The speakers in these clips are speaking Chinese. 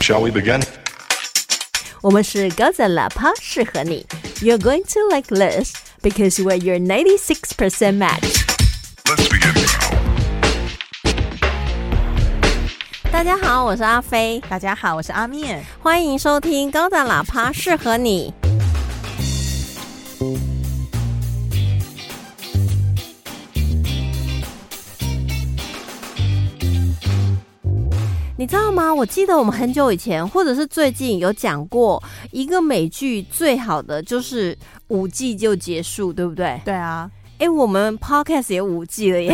Shall we begin? 我们是高赞喇叭，适合你。You're going to like this because we're your 96% match. Let's begin. 大家好，我是阿飞，大家好，我是阿面。欢迎收听高赞喇叭，适合你。你知道吗？我记得我们很久以前，或者是最近有讲过一个美剧，最好的就是五季就结束，对不对？对啊，哎，我们 podcast 也五季了 耶，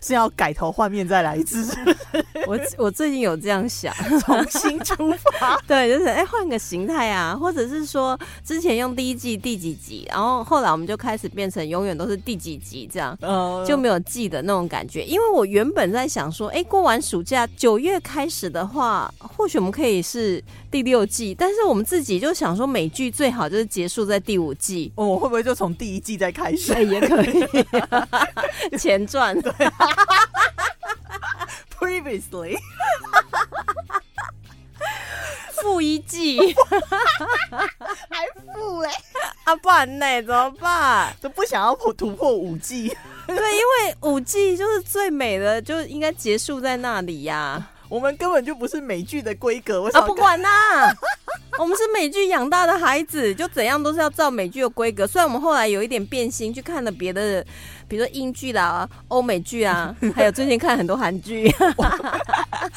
是要改头换面再来一次，我我最近有这样想，重新出 发。对，就是哎换个形态啊，或者是说之前用第一季第几集，然后后来我们就开始变成永远都是第几集这样。呃，就没有记的那种感觉，因为我原本在想说，哎、过完暑假九月开始的话，或许我们可以是第六季，但是我们自己就想说，美剧最好就是结束在第五季我会不会就从第一季再开始？哎也可以前传。 Previously，负一季还负哎、啊，不然呢怎么办？都不想要破突破五季。 对，因为五季就是最美的，就应该结束在那里呀、我们根本就不是美剧的规格，我 啊，想不管啦、 我们是美剧养大的孩子，就怎样都是要照美剧的规格。虽然我们后来有一点变心，去看了别的，比如说英剧啦、欧美剧 啊，还有最近看很多韩剧。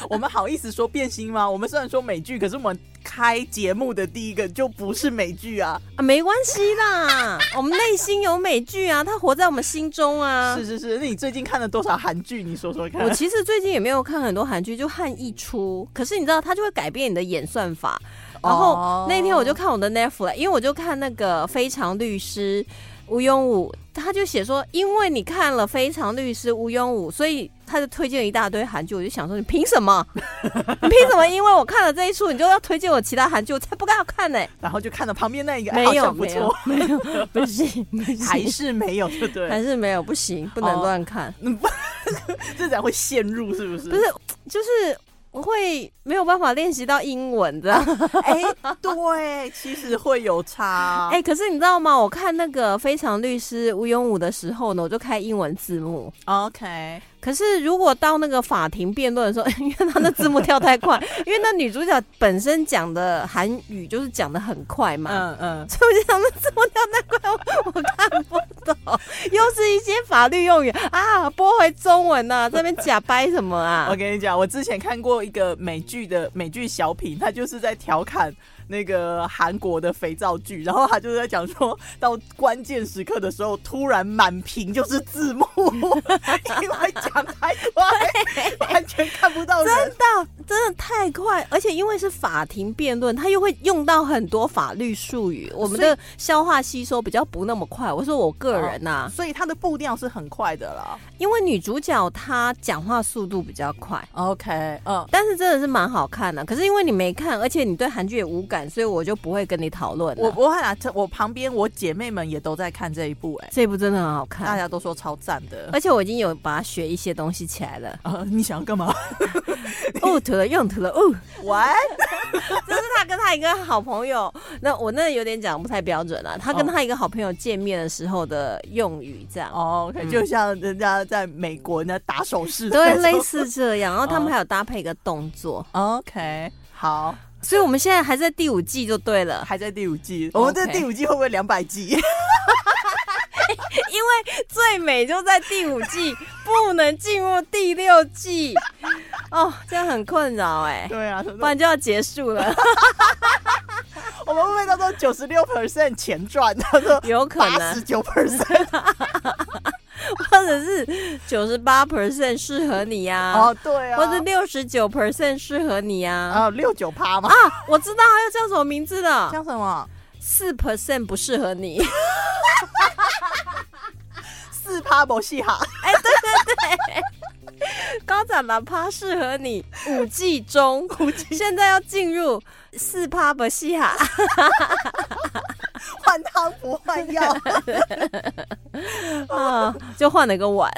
我们好意思说变心吗？我们虽然说美剧，可是我们开节目的第一个就不是美剧啊。 啊，没关系啦， 我们内心有美剧啊，它活在我们心中啊是。是是，那你最近看了多少韩剧？你说说 看。我其实最近也没有看很多韩剧，就汉一出，可是你知道它就会改变你的演算法。然后哦那天我就看我的 Netflix，因为我就看那个《非常律师吴庸武》，他就写说，因为你看了《非常律师吴庸武》，所以他就推荐了一大堆韩剧。我就想说，你凭什 么？你凭什么？因为我看了这一出，你就要推荐我其他韩剧？我才不该要看呢、然后就看了旁边那一个，哎没 好有，像不没错有，， 没有，不行，不行，还是没有，对不 对？还是没有，不行，不能哦乱看。这才会陷入，是不是？不是，就是我会没有办法练习到英文这样。哎、对， 其实会有差。啊 哎、可是你知道吗？我看那个《非常律师吴庸武》的时候呢，我就开英文字幕。 OK，可是如果到那个法庭辩论的时候， 因为他那字幕跳太快， 因为那女主角本身讲的韩语就是讲的很快嘛。嗯嗯，所以我就想，那字幕跳太快， 我我看不懂，又是一些法律用语啊，播回中文呐、啊，这边假掰什么啊我？跟你讲，我之前看过一个美剧的美剧小品，它就是在调侃那个韩国的肥皂剧，然后他就是在讲说到关键时刻的时候，突然满屏就是字幕，因为讲太快，完全看不到人真。的真的太快，而且因为是法庭辩论，他又会用到很多法律术语，我们的消化吸收比较不那么快。我说我个人呐、所以它的步调是很快的啦。因为女主角她讲话速度比较快。 OK，嗯，但是真的是蛮好看的，可是因为你没看，而且你对韩剧也无感，所以我就不会跟你讨论我了。我啊，这我旁边我姐妹们也都在看这一部、哎，这部真的很好大看，家都说超赞的。，而且我已经有把它学一些东西起来了啊，你想要干嘛？哦，吐了用途了，哦，喂，这是他跟他一个好朋友，那我那有点讲不太标准啊。他跟哦他一个好朋友见面的时候的用语，这样。哦，OK，、就像人家在美国呢打手势，对， 类。似这样，然后他们哦还有搭配一个动作， OK，好，所以我们现在还在第五季就对了，还在第五季， OK 我们这第五季会不会两百 集？ 因为最美就在第五季，不能进入第六季， 哦，这样很困扰 哎、对啊，不然就要结束 了，我们会不会到时候九十六 percent 前传，他说有可八十能，九 percent？或者是九十八 percent 适合你呀、哦，对啊，或者六十九 percent 适合你呀、啊。啊六九趴吗？我知道它要叫什么名字了，叫什么？四 percent 不适合你。四趴不戏哈，高展哪趴适合你五 G 中，现在要进入四趴不西哈，换汤不换药。啊，就换了个碗。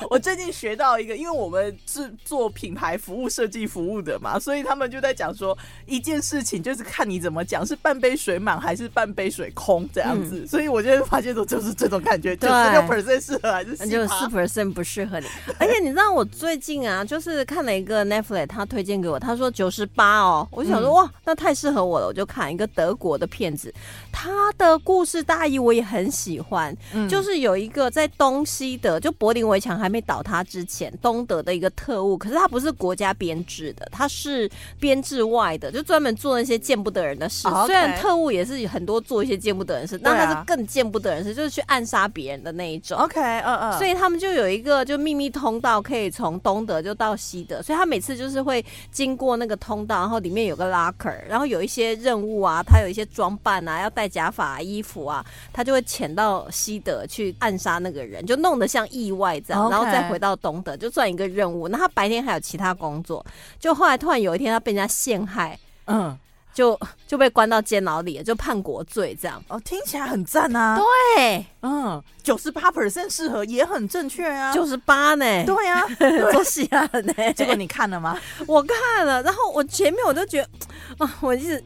我最近学到一个，因为我们是做品牌服务设计服务的嘛，所以他们就在讲说一件事情，就是看你怎么讲，是半杯水满还是半杯水空这样子。所以我就会发现说，就是这种感觉，嗯九对十六 percent 适合还是那就四是趴 percent 不适 合你。而且你知道我最近啊，就是看了一个 Netflix，他推荐给我，他说九十八哦，我就想说、嗯哇，那太适合我了，我就看一个德国的片子，他的故事大意我也很喜欢，嗯就是有一个在东西德，就柏林围墙还没倒塌之前，东德的一个特务，可是他不是国家编制的，他是编制外的，就专门做那些见不得人的事。哦，OK 虽然特务也是很多做一些见不得人的事，但对啊他是更见不得人的事，就是去暗杀别人的那一种。 OK，嗯嗯，所以他们就有一个就秘密通道，可以从东德就到西德，所以他每次就是会经过那个通道，然后里面有个 locker，然后有一些任务啊，他有一些装扮啊，要戴假发、衣服啊，他就会潜到西德去暗杀那个人，就弄得像意外这样， OK 然后再回到东德，就算一个任务。那他白天还有其他工作，就后来突然有一天他被人家陷害，嗯，就就被关到监牢里了，就判国罪这样。哦，听起来很赞啊，对，嗯，九十八 percent 适合也很正确啊，哎九十八呢，对啊， 做戏啊呢，结果你看了吗？我看了，然后我前面我都觉得，啊，我一直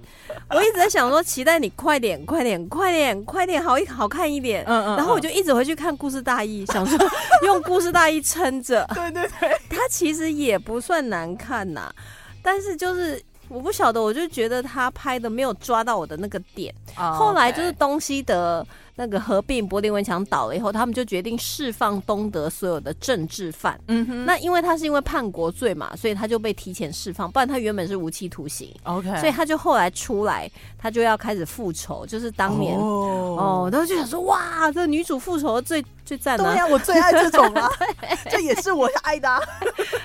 我一直在想说，期待你快点，快点，快点，快点，好一好看一点。嗯嗯然后我嗯就一直回去看故事大意，想 说用故事大意撑着。对对对，它其实也不算难看呐、但是就是我不晓得，我就觉得他拍的没有抓到我的那个点。后来哦就是东西德那个合并柏林围墙倒了以后，他们就决定释放东德所有的政治犯。嗯哼那因为他是因为叛国罪嘛，所以他就被提前释放，不然他原本是无期徒刑， OK，所以他就后来出来，他就要开始复仇，就是当年哦哦。然后就想说哇，这女主复仇的最最赞啊对了、呀、我最爱这种 啊， 这也是我爱的、啊。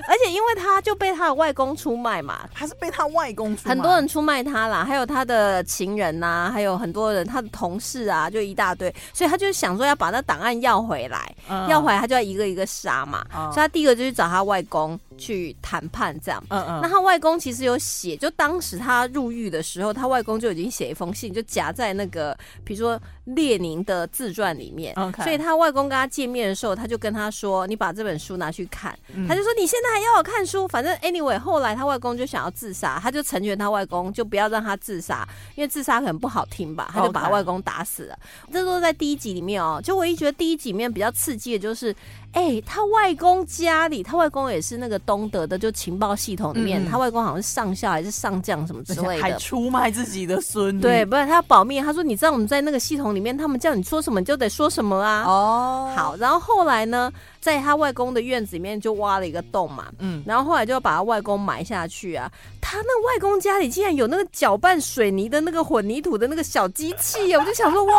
而且因为他就被他的外公出卖嘛。还是被他外公出卖很多人出卖他啦，还有他的情人呐、还有很多人他的同事啊，就一大堆，所以他就想说要把那档案要回来，嗯要回来他就要一个一个杀嘛，嗯所以他第一个就去找他外公去谈判这样。嗯嗯，那他外公其实有写，就当时他入狱的时候，他外公就已经写一封信，就夹在那个比如说列宁的自传里面。 OK 所以他外公跟他见面的时候，他就跟他说：“你把这本书拿去看。嗯他就说：“你现在还要我看书？”反正 anyway，后来他外公就想要自杀，他就成全他外公，就不要让他自杀，因为自杀可能不好听吧，他就把他 OK 外公打死了。这都是在第一集里面哦。就我一觉得第一集里面比较刺激的就是，哎、他外公家里，他外公也是那个东德的，就情报系统里面，嗯嗯他外公好像是上校还是上将什么之类还嗯的。出卖自己的孙女，对，不是他要保密。他说：“你知道我们在那个系统里面，他们叫你说什么你就得说什么啊。哦，好，然后后来呢，在他外公的院子里面就挖了一个洞嘛，嗯，然后后来就把他外公埋下去啊。他那外公家里竟然有那个搅拌水泥的那个混凝土的那个小机器啊耶，我就想说，哇，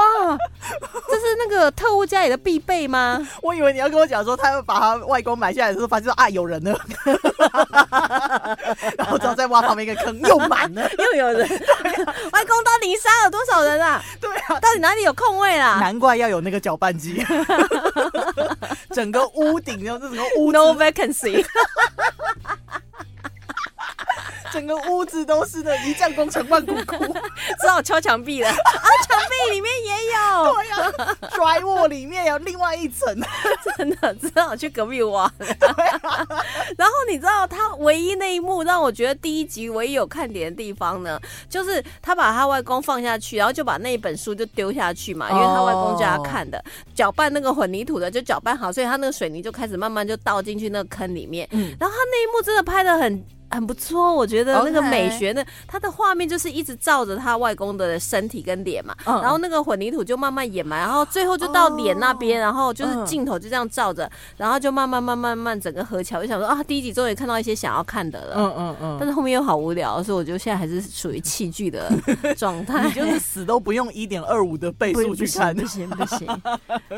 这是那个特务家里的必备吗？我以为你要跟我讲说，他要把他外公买下来的时候，发现说啊有人 了，然后之后再挖旁边一个坑，又 满了。又有人，外公到底杀了多少人啊？对啊，到底哪里有空位 啦 难怪要有那个搅拌机， 整个屋顶，然后这整个屋子？No vacancy，整个屋子都是的，一将功成万骨枯。 只好敲墙壁了。啊，墙壁里面也有，对呀、啊，拽我里面有另外一层。真的只好去隔壁挖。 然后你知道他唯一那一幕让我觉得第一集唯一有看点的地方呢，就是他把他外公放下去，然后就把那一本书就丢下去哦嘛，因为他外公叫他看的，搅拌那个混凝土的就搅拌好，所以他那个水泥就开始慢慢就倒进去那个坑里面。嗯然后他那一幕真的拍的很。很不错，我觉得 OK 那个美学呢，他的画面就是一直照着他外公的身体跟脸嘛，嗯然后那个混凝土就慢慢掩埋，然后最后就到脸那边，然后就是嗯镜头就这样照着，然后就慢慢慢慢慢整个合起来。我就想说啊，第一集终于看到一些想要看的了，嗯但嗯。是后面又好无聊，所以我就现在还是属于弃剧 的状态。你就是死都不用一点二五的倍 不速不去行看不行不行，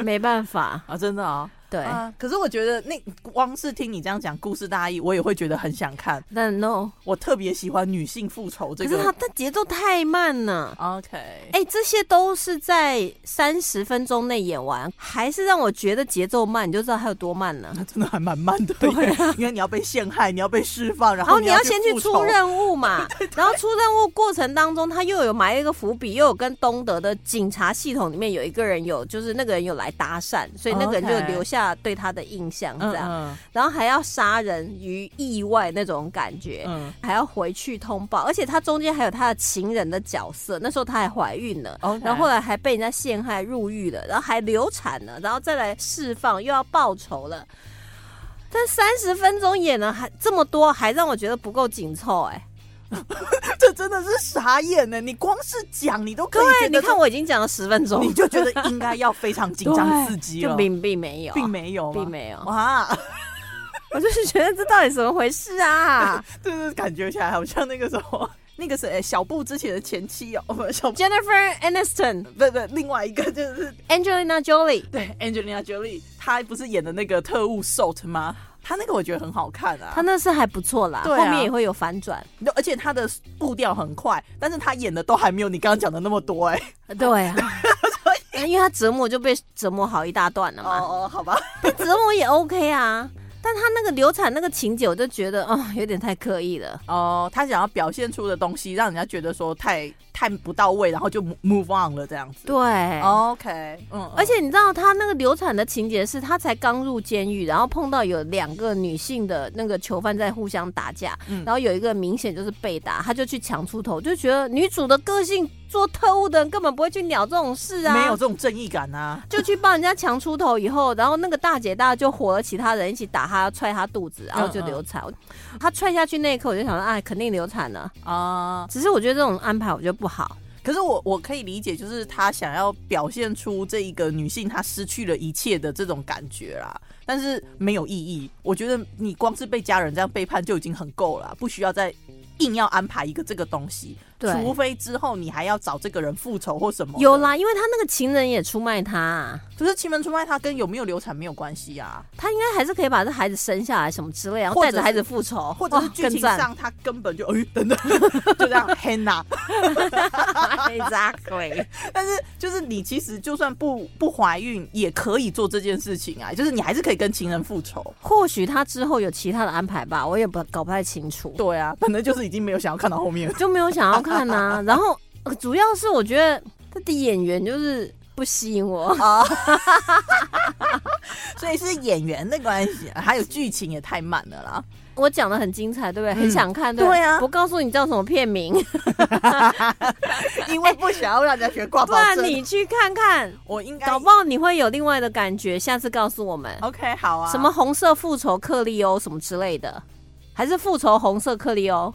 没办法。 啊！真的啊，对，啊，可是我觉得那光是听你这样讲故事大意，我也会觉得很想看。但 no，我特别喜欢女性复仇这可是它个。它节奏太慢了。 OK，哎、这些都是在三十分钟内演完，还是让我觉得节奏慢，你就知道它有多慢了。那真的还蛮慢的耶，因为你要被陷害，你要被释放，然然后后你啊哦要要先去复出仇。任务 嘛，然后出任务过程当中，他又有埋了一个伏笔，又有跟东德的警察系统里面有一个人有，就是那个人有来搭讪，所以那个人哦 OK 就留下对他的印象嗯这样，嗯然后还要杀人于意外那种感觉。嗯还要回去通报，而且他中间还有他的情人的角色，那时候她还怀孕了。 ，OK，然后后来还被人家陷害入狱了，然后还流产了，然后再来释放又要报仇了。但三十分钟演了还这么多，还让我觉得不够紧凑哎、这真的是傻眼呢！你光是讲，你都可以对，觉你得看我已经讲了十分这，钟你，就觉得应该要非常紧张刺激就了，并并没有，啊并没有吗，并没有，哇，我就是觉得这到底怎么回事 啊就是感觉起来好像那个时候， 那个谁、呃小布之前的前妻哦， 不小布？Jennifer Aniston、不不，另外一个就是 Angelina Jolie，对 Angelina Jolie，她不是演的那个特务 Salt 吗？她那个我觉得很好看啊，她那是还不错啦，对啊后面也会有反转。而且她的步调很快，但是她演的都还没有你刚刚讲的那么多哎、 对啊，因为她折磨就被折磨好一大段了嘛。哦哦，好吧，折磨也 OK 啊，但他那个流产那个情节，我就觉得哦，有点太刻意了。 哦，她想要表现出的东西，让人家觉得说太太不到位，然后就 mo- move on 了这样子。对。 OK，嗯，而且你知道他那个流产的情节是，他才刚入监狱，然后碰到有两个女性的那个囚犯在互相打架，嗯然后有一个明显就是被打，他就去抢出头，就觉得女主的个性做特务的人根本不会去鸟这种事啊，没有这种正义感啊。就去帮人家抢出头以后，然后那个大姐大就火了，其他人一起打他，踹他肚子，然后就嗯嗯流产。他踹下去那一刻，我就想说，哎，肯定流产了。啊、只是我觉得这种安排我觉得不好，可是我我可以理解，就是她想要表现出这一个女性她失去了一切的这种感觉啦，但是没有意义。我觉得你光是被家人这样背叛就已经很够了，不需要再硬要安排一个这个东西，对除非之后你还要找这个人复仇或什么。有，啦，因为他那个情人也出卖他、啊，可是奇门出卖他跟有没有流产没有关系啊，他应该还是可以把这孩子生下来什么之类，然后或带者是着孩子复仇，或者是哇剧更情赞。上他根本就哎、等等就这样 Hannah，啊 exactly，但是就是你其实就算不不怀孕也可以做这件事情啊，就是你还是可以跟情人复仇。或许他之后有其他的安排吧，我也不搞不太清楚，对啊，反正就是已经没有想要看到后面了。就没有想要看 呐、然后呃主要是我觉得他的演员就是不吸引我，啊， 所以是演员的关系，还有剧情也太慢了啦。我讲的很精彩，对不对？嗯很想看，对不对啊哦不告诉你叫什么片名，因为不想要让人家学挂不包然证，你去看看，我应该搞不好你会有另外的感觉，下次告诉我们。 OK 好啊。什么红色复仇克利欧什么之类的，还是复仇红色克利欧？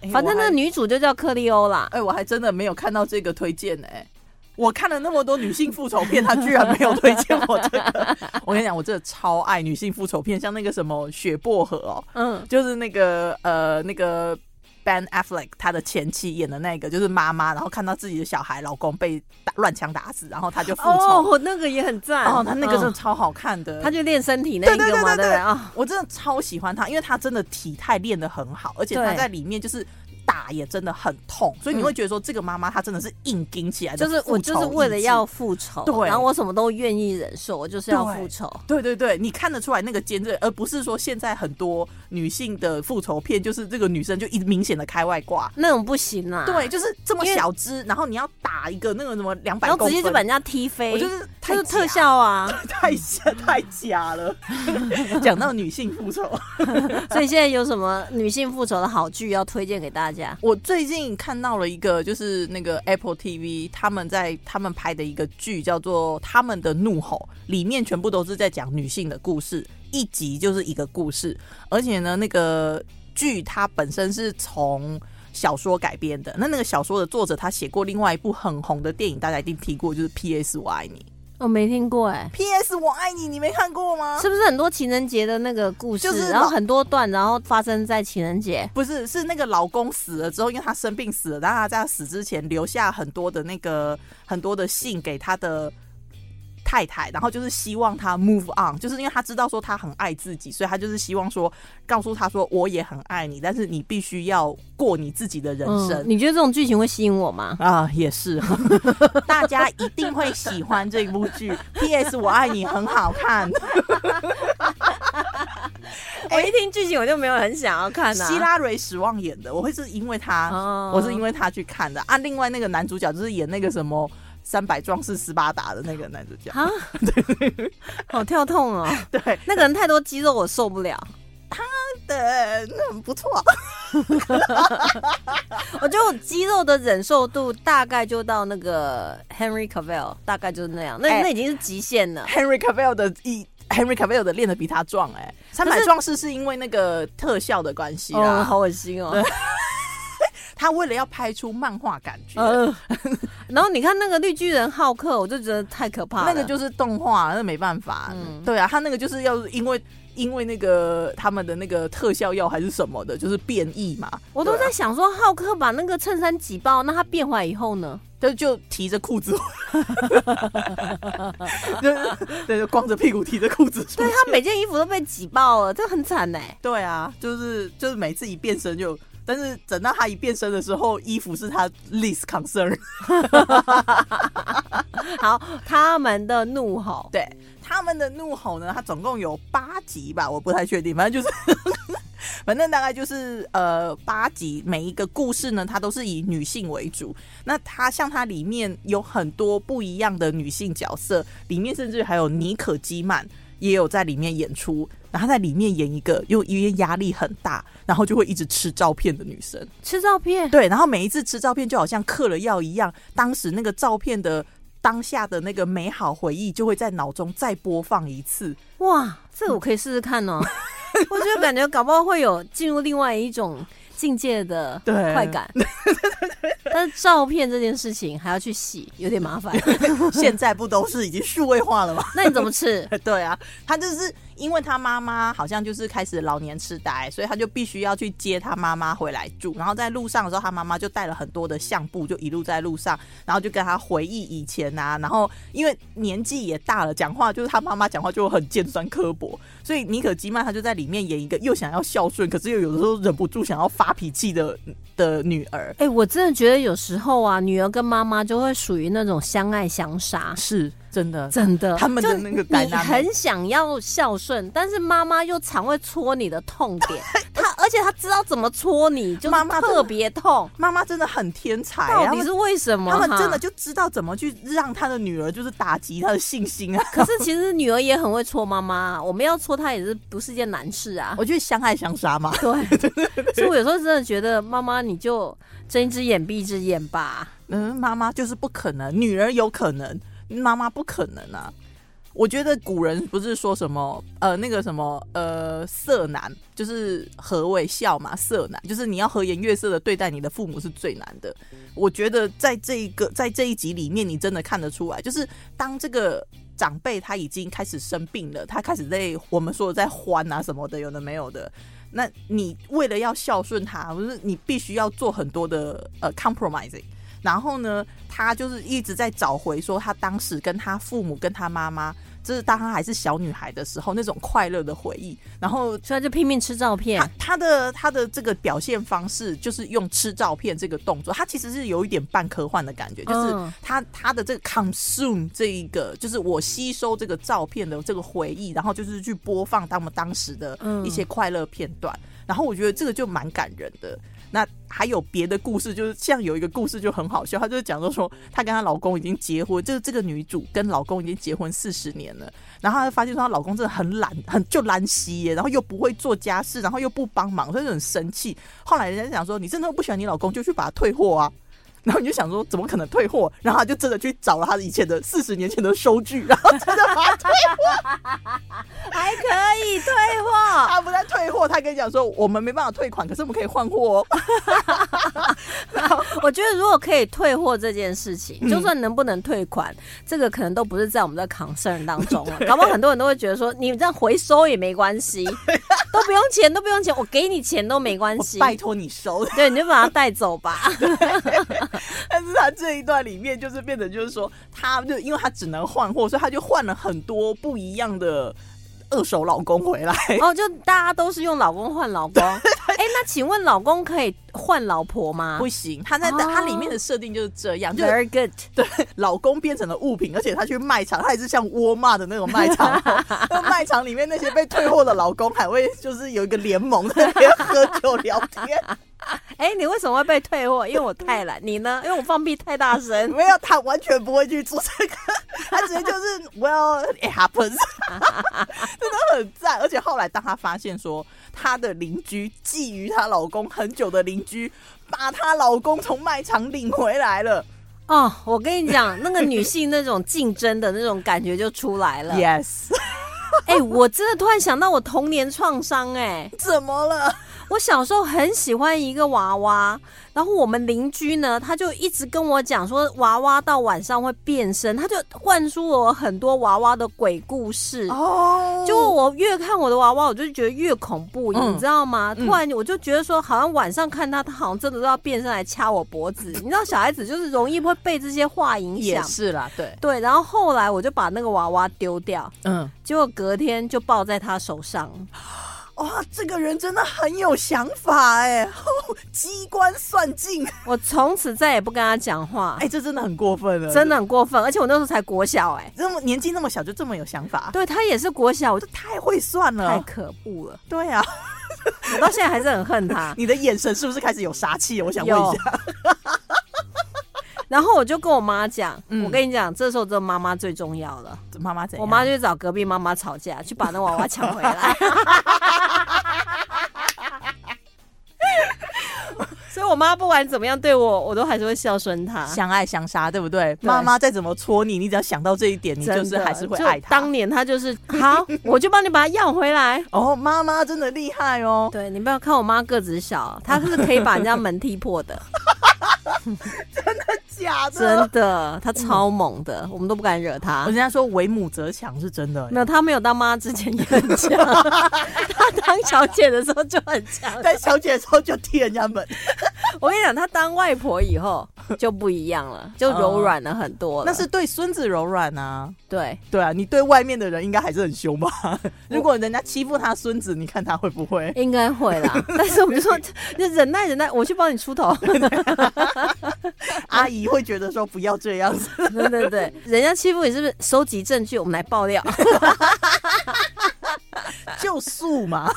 哎？反正我那还女主就叫克利欧啦。哎，我还真的没有看到这个推荐呢、我看了那么多女性复仇片，他居然没有推荐我这 个。我跟你讲，我真的超爱女性复仇片，像那个什么《雪薄荷》哦，嗯，就是那个呃那个 Ben Affleck 他的前妻演的那个，就是妈妈，然后看到自己的小孩老公被打乱枪打死，然后他就复仇。哦，哦，那个也很赞。他那个真的嗯，超好看的，他就练身体那一个嘛，对不对对对对对啊？我真的超喜欢他，因为他真的体态练得很好，而且对他在里面就是。打也真的很痛，所以你嗯会觉得说这个妈妈她真的是硬顶起来的就哎复仇是意志，我就是为了要复仇，对然后我什么都愿意忍受，我就是要复仇。对对对，你看得出来那个坚韧，而不是说现在很多女性的复仇片就是这个女生就一直明显的开外挂，那种不行啊，对，，就是这么因为小只，然后你要打一个那个什么两百然公后分，直接就把人家踢我飞，就是他太是特假效啊。 太假太假了。 讲到女性复仇， 所以现在有什么女性复仇的好剧要推荐给大家？ 我最近看到了一个，就是那个 Apple TV 他们在他们拍的一个剧，叫做《他们的怒吼》，里面全部都是在讲女性的故事，一集就是一个故事，而且呢，那个剧它本身是从。小说改编的，那那个小说的作者他写过另外一部很红的电影，大家一定听过，就是《P.S. 我爱你》。我没听过哎， P.S. 我爱你，你没看过吗？是不是很多情人节的啊那个故事，就是然后老很多段，然后发生在情人节？不是，是那个老公死了之后，因为他生病死了，然后他在他死之前留下很多的那个很多的信给他的。太太，然后就是希望他 move on，就是因为他知道说他很爱自己，所以他就是希望说告诉他说我也很爱你，但是你必须要过你自己的人生。嗯你觉得这种剧情会吸引我吗？啊，也是，大家一定会喜欢这部剧。P.S. 我爱你很好看， 我一听剧情我就没有很想要看啊。希拉蕊·史旺演的，我会是因为他，哦我是因为他去看的啊。另外那个男主角就是演那个什么《三百壮士斯巴达》的那个男主角， 啊，好跳痛哦！对，那个人太多肌肉，我受不了。对，那很不错。我觉得我肌肉的忍受度大概就到那个 Henry Cavill，大概就是那样。那、哎那已经是极限了。 Henry Cavill 的一。Henry Cavill 的练的比他壮哎、三百壮士是因为那个特效的关系啦，哦，好恶心哦对！他为了要拍出漫画感觉，呃， 然后你看那个绿巨人浩克，我就觉得太可怕了。那个就是动画，那没办法。嗯对啊，他那个就是要因为因为那个他们的那个特效药还是什么的，就是变异嘛。我都对啊在想说，浩克把那个衬衫挤爆，那他变坏以后呢？就就提着裤子，对对，就光着屁股提着裤子出对去。他每件衣服都被挤爆了，这很惨哎、对啊，就是就是每次一变身就，但是等到他一变身的时候，衣服是他 least concern。好，他们的怒吼，对他们的怒吼呢，它总共有八集吧，我不太确定，反正就是。 反正大概就是呃八集，每一个故事呢，它都是以女性为主。那它像它里面有很多不一样的女性角色，里面甚至还有妮可基曼也有在里面演出。然后她在里面演一个又因为压力很大，然后就会一直吃照片的女生。吃照片，对，然后每一次吃照片就好像嗑了药一样，当时那个照片的当下的那个美好回忆就会在脑中再播放一次。哇，这我可以试试看 哦。我就感觉搞不好会有进入另外一种境界的对快 感。但是照片这件事情还要去洗，有点麻 烦。现在不都是已经数位化了吗？那你怎么吃？ 对啊，他就是因为他妈妈好像就是开始老年痴呆，所以他就必须要去接他妈妈回来住。然后在路上的时候，他妈妈就带了很多的相簿，就一路在路上，然后就跟他回忆以前啊。然后因为年纪也大了，讲话就是他妈妈讲话就很尖酸刻薄，所以妮可基曼她就在里面演一个又想要孝顺，可是又有的时候忍不住想要发脾气的的女儿。哎、我真的觉得有时候啊，女儿跟妈妈就会属于那种相爱相杀，是真的，真的。他们的那个你 dynamic 很想要孝顺，但是妈妈又常会戳你的痛 点，她而且她知道怎么戳你，就是妈妈真的特别痛。妈妈真的很天才、啊，到她底是为什么？他们真哈的就知道怎么去让他的女儿就是打击他的信 心啊！可是其实女儿也很会戳妈妈，我们要戳她也是不是一件难事啊。 我觉得相爱相杀嘛，对，所以我有时候真的觉得妈妈你就睁一只眼闭一只眼吧。嗯，妈妈就是不可能，女儿有可能，妈妈不可能啊！我觉得古人不是说什么呃那个什么呃色难，就是何为孝嘛？色难就是你要和颜悦色的对待你的父母是最难的。我觉得在这一个在这一集里面，你真的看得出来，就是当这个长辈他已经开始生病了，他开始在我们说的在欢啊什么的，有的没有的。那你为了要孝顺他，不是你必须要做很多的呃 compromising。然后呢，他就是一直在找回说他当时跟他父母、跟他妈妈，就是当他还是小女孩的时候那种快乐的回忆。然后所以她就拼命吃照片他，他的他的这个表现方式就是用吃照片这个动作，他其实是有一点半科幻的感觉，就是嗯他他的这个 consume 这一个，就是我吸收这个照片的这个回忆，然后就是去播放他们当时的嗯一些快乐片段，然后我觉得这个就蛮感人的。那还有别的故事，就是像有一个故事就很好笑，她就是讲到说，她跟她老公已经结婚，就是这个女主跟老公已经结婚四十年了，然后她发现说她老公真的很懒，很就懒兮耶，然后又不会做家事，然后又不帮忙，所以就很生气。后来人家讲说，你真的不喜欢你老公，就去把他退货啊。然后你就想说，怎么可能退货？然后她就真的去找了她以前的四十年前的收据，然后真的把它退还可以退 货。他不在退货，他跟你讲说我们没办法退款，可是我们可以换货哦。我觉得如果可以退货这件事情，嗯就算能不能退款，这个可能都不是在我们的 concern 当中了。搞不好很多人都会觉得说，你这样回收也没关系，都不用钱，都不用钱，我给你钱都没关系。拜托你收， 对，你就把它带走吧。但是他这一段里面就是变成就是说，他就因为他只能换货，所以他就换了很多不一样的二手老公回来。哦，就大家都是用老公换老公。哎、那请问老公可以换老婆吗不行，他在、哦他里面的设定就是这样，就是？Very good。老公变成了物品，而且他去卖场，他也是像沃尔玛的那种卖 场，那卖场里面那些被退货的老公还会就是有一个联盟 在那边喝酒聊天，哎、你为什么会被退货？因为我太懒。你呢？因为我放屁太大声。没有他完全不会去做这个，他直接就是 Well it happens，真的很赞。而且后来当他发现说她的邻居觊觎她老公很久的邻居，把她老公从卖场领回来了哦，我跟你讲，那个女性那种竞争的那种感觉就出来 了。哎、 ，Yes， 我真的突然想到我童年创伤、哎。怎么了？我小时候很喜欢一个娃娃，然后我们邻居呢，他就一直跟我讲说，娃娃到晚上会变身，他就灌输我很多娃娃的鬼故事。哦就我越看我的娃娃，我就觉得越恐怖，嗯你知道吗？嗯突然我就觉得说，好像晚上看他，他好像真的都要变身来掐我脖子。你知道，小孩子就是容易会被这些话影也响。是啦，对，对，然后后来我就把那个娃娃丢掉，嗯，结果隔天就抱在他手上。哇，这个人真的很有想法哎， 机关算尽我从此再也不跟他讲话。哎，这真的很过分了，真的很过分，而且我那时候才国小哎、这么年纪那么小就这么有想法，对他也是国小，我就太会算太了，可恶了，对啊，。我到现在还是很恨他 你的眼神是不是开始有杀气？我想问有一下，，然后我就跟我妈讲，嗯我跟你讲，这时候这妈妈最重要了，妈妈怎样？我妈就去找隔壁妈妈吵架，去把那娃娃抢回来。 所以，我妈不管怎么样对我，我都还是会孝顺她。啊相爱相杀，对不对？对妈妈再怎么戳你，你只要想到这一点，你真就的是还是会就爱她当。年她就是好，我就帮你把它要回来。哦，妈妈真的厉害哦！对你不要看我妈个子小，她是可以把人家门踢破 的，假的，真的，她超猛的，我们都不敢惹她人。家说为母则强是真的没，有，她没有当妈之前也很强， 她当小姐的时候就很强。但小姐的时候就踢人家门，我跟你讲，她当外婆以后就不一样了，就柔软了很多了。那是对孙子柔软啊。对，对啊，你对外面的人应该还是很凶吧？如果人家欺负他孙子，你看他会不会？应该会啦。但是我们就 说，就忍耐忍耐，我去帮你出头。 阿姨会觉得说不要这样子，对对对，人家欺负你是不是？收集证据，我们来爆料。就诉嘛。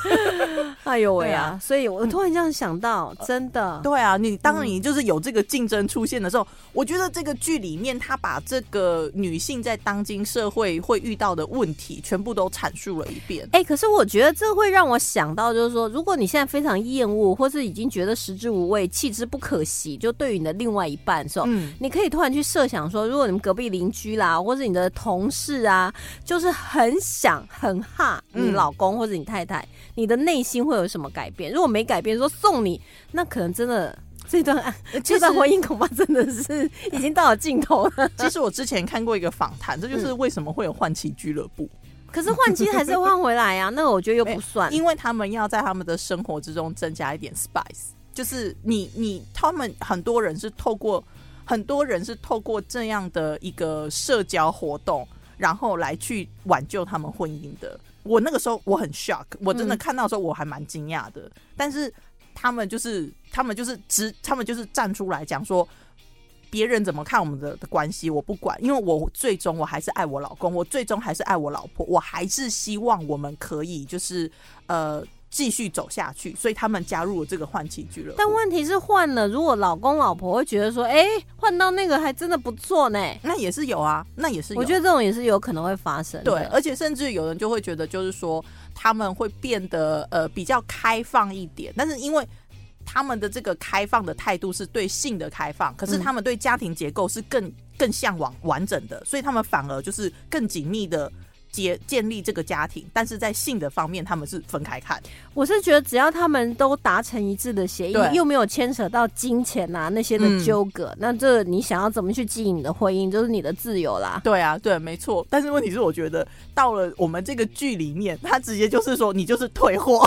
哎呦喂对啊啊！所以我突然这样想到，真的。对啊，你当你就是有这个竞争出现的时候，我觉得这个剧里面他把这个女性在当今社会会遇到的问题全部都阐述了一遍。哎、可是我觉得这会让我想到，就是说，如果你现在非常厌恶，或是已经觉得食之无味、弃之不可惜，就对于你的另外一半的时候，嗯，你可以突然去设想说，如果你们隔壁邻居啦，或是你的同事啊，就是很想很哈你嗯老公或者你太太，你的内心会有什么改变？如果没改变，说送你，那可能真的这段爱 这呃其实段婚姻恐怕真的是 已经到了尽头 了。其实我之前看过一个访谈，这就是为什么会有换妻俱乐部，可是换妻还是换回来啊，那个我觉得又不算。因为他们要在他们的生活之中增加一点 spice，就是你你他们很多人是透过很多人是透过这样的一个社交活动，然后来去挽救他们婚姻的。我那个时候我很 shock，我真的嗯看到的时候我还蛮惊讶的，但是他们就是他们就是直他们就是站出来讲说。别人怎么看我们的的关系，我不管，因为我最终我还是爱我老公，我最终还是爱我老婆，我还是希望我们可以就是呃继续走下去，所以他们加入了这个换妻俱乐部。但问题是换了，如果老公老婆会觉得说，哎、换到那个还真的不错呢。那也是有啊，那也是有。我觉得这种也是有可能会发生的。呃对，而且甚至有人就会觉得，就是说他们会变得呃比较开放一点，但是因为他们的这个开放的态度是对性的开放，可是嗯他们对家庭结构是更更向往完整的，所以他们反而就是更紧密的。结建立这个家庭，但是在性的方面他们是分开看，我是觉得只要他们都达成一致的协议对，又没有牵扯到金钱啊那些的嗯纠葛，那这你想要怎么去经营你的婚姻，就是你的自由啦。对啊，对，没错。但是问题是，我觉得到了我们这个剧里面，他 直接就是说你就是退货，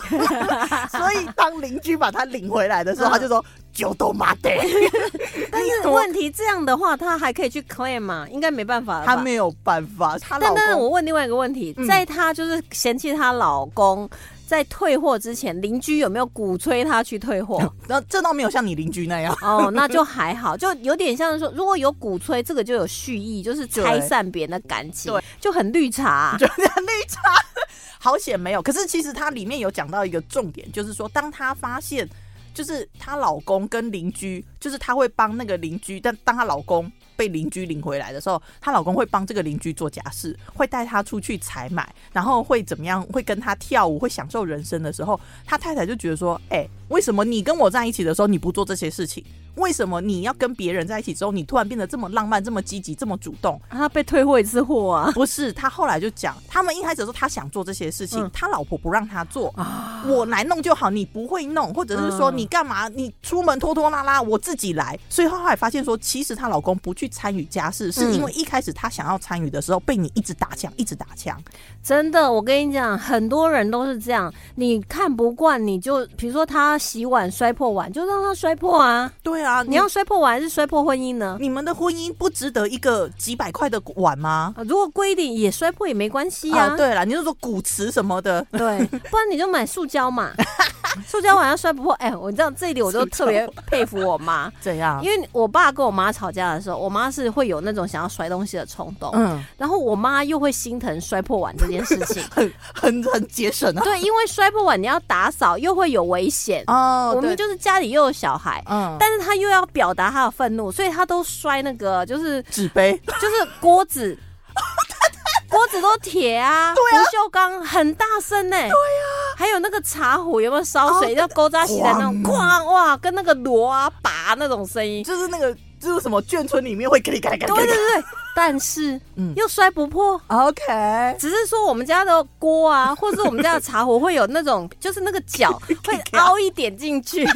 所以当邻居把他领回来的时候，嗯他就说就都妈 的。哎但是问题这样的话，他还可以去 claim 嘛？应该没办法了吧她没有办法，她老但但是公我问另外一个问题，嗯在她就是嫌弃她老公在退货之前，邻居有没有鼓吹她去退货？然后这倒没有像你邻居那样，哦，那就还好，就有点像是说，如果有鼓吹，这个就有蓄意，就是拆散别人的感情对，就很绿茶、啊就这样绿茶。好险没有，可是其实它里面有讲到一个重点，就是说当她发现，就是她老公跟邻居，就是她会帮那个邻居，但当她老公。被邻居领回来的时候，她老公会帮这个邻居做家事，会带她出去采买，然后会怎么样？会跟她跳舞，会享受人生的时候，她太太就觉得说：“哎、为什么你跟我在一起的时候你不做这些事情？为什么你要跟别人在一起之后，你突然变得这么浪漫、这么积极、这么主动？她被退货一次货 啊，不是，他后来就讲，他们一开始说他想做这些事情，嗯啊他老婆不让他做，我来弄就好，你不会弄，或者是说嗯你干嘛，你出门拖拖拉拉，我自己来。所以她后来发现说，其实她老公不去参与家事，嗯是因为一开始她想要参与的时候，被你一直打枪，一直打枪。真的，我跟你讲，很多人都是这样，你看不惯你就，比如说她洗碗摔破碗，就让她摔破啊，对啊，你要摔破碗还是摔破婚姻呢？你们的婚姻不值得一个几百块的碗吗？啊如果规定也摔破也没关系啊，啊，对了，你就说古瓷什么的，对，不然你就买塑胶 嘛，塑胶碗要摔不破。哎、我知道这一点，我都特别佩服我妈，怎样？因为我爸跟我妈吵架的时候，我妈是会有那种想要摔东西的冲动，嗯，。然后我妈又会心疼摔破碗这件事情 很很很节省啊。对，因为摔破碗你要打扫，又会有危险。哦，我们对就是家里又有小孩。嗯，但是她又要表达她的愤怒，所以她都摔那个，就是纸杯。就是锅子，锅子都铁啊，不锈钢很大声呢、对呀、啊还有那个茶壶有没有烧哦水？要勾扎洗的那种，哐哐哇，跟那个锣啊拔那种声音。就是那个就是什么眷村里面会给你给你给对对对，但是嗯又摔不破。 OK，只是说我们家的锅 啊，或是我们家的茶壶会有那种，就是那个角会凹一点进 去，因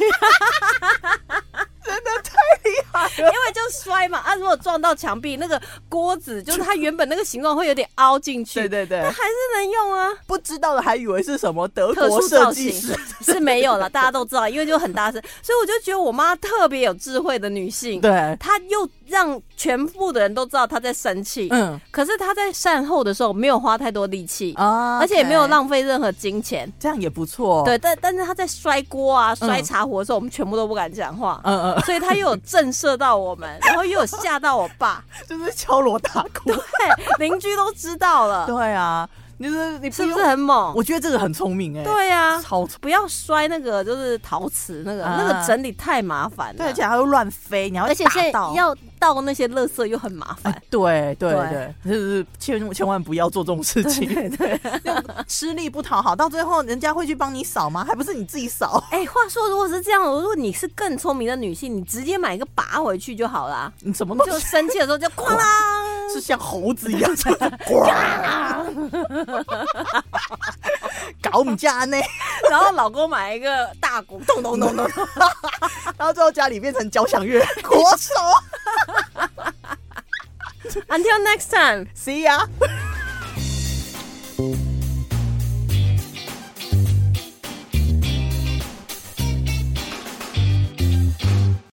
为就摔嘛啊，如果撞到墙壁，那个锅子就是它原本那个形状会有点凹进去，对对对但，还是能用啊，不知道的还以为是什么德特国殊设造计型师， 是没有了，大家都知道，因为就很大声，所以我就觉得我妈特别有智慧的女性， 对，她又让全部的人都知道她在生气，嗯可是她在善后的时候没有花太多力气，啊而且也没有浪费任何金钱。这样也不错，，对，但但是她在摔锅啊、摔茶壶的时候，我们全部都不敢讲话，嗯 嗯，所以她又有震慑到我们，然后又有吓到我爸， 就是敲锣打鼓，对，邻居都知道了，对啊，就是你是不用是？很猛？我觉得这个很聪明哎，对呀、超聪，不要摔那个就是陶瓷那个，啊那个整理太麻烦了。对，而且还会乱飞，你要而且打现在到。要倒那些垃圾又很麻烦。 对对对对，就是千千万不要做这种事情， 对，吃力不讨好，到最后人家会去帮你扫吗？还不是你自己扫？哎、话说，如果是这样，如果你是更聪明的女性，你直接买一个拔回去就好啦。你什么东就西生气的时候就哐啦，是像猴子一样呱，搞我们家呢， 然后老公买一个大鼓，咚咚咚咚，然后最后家里变成交响乐国手啊 Until next time。 ，See ya。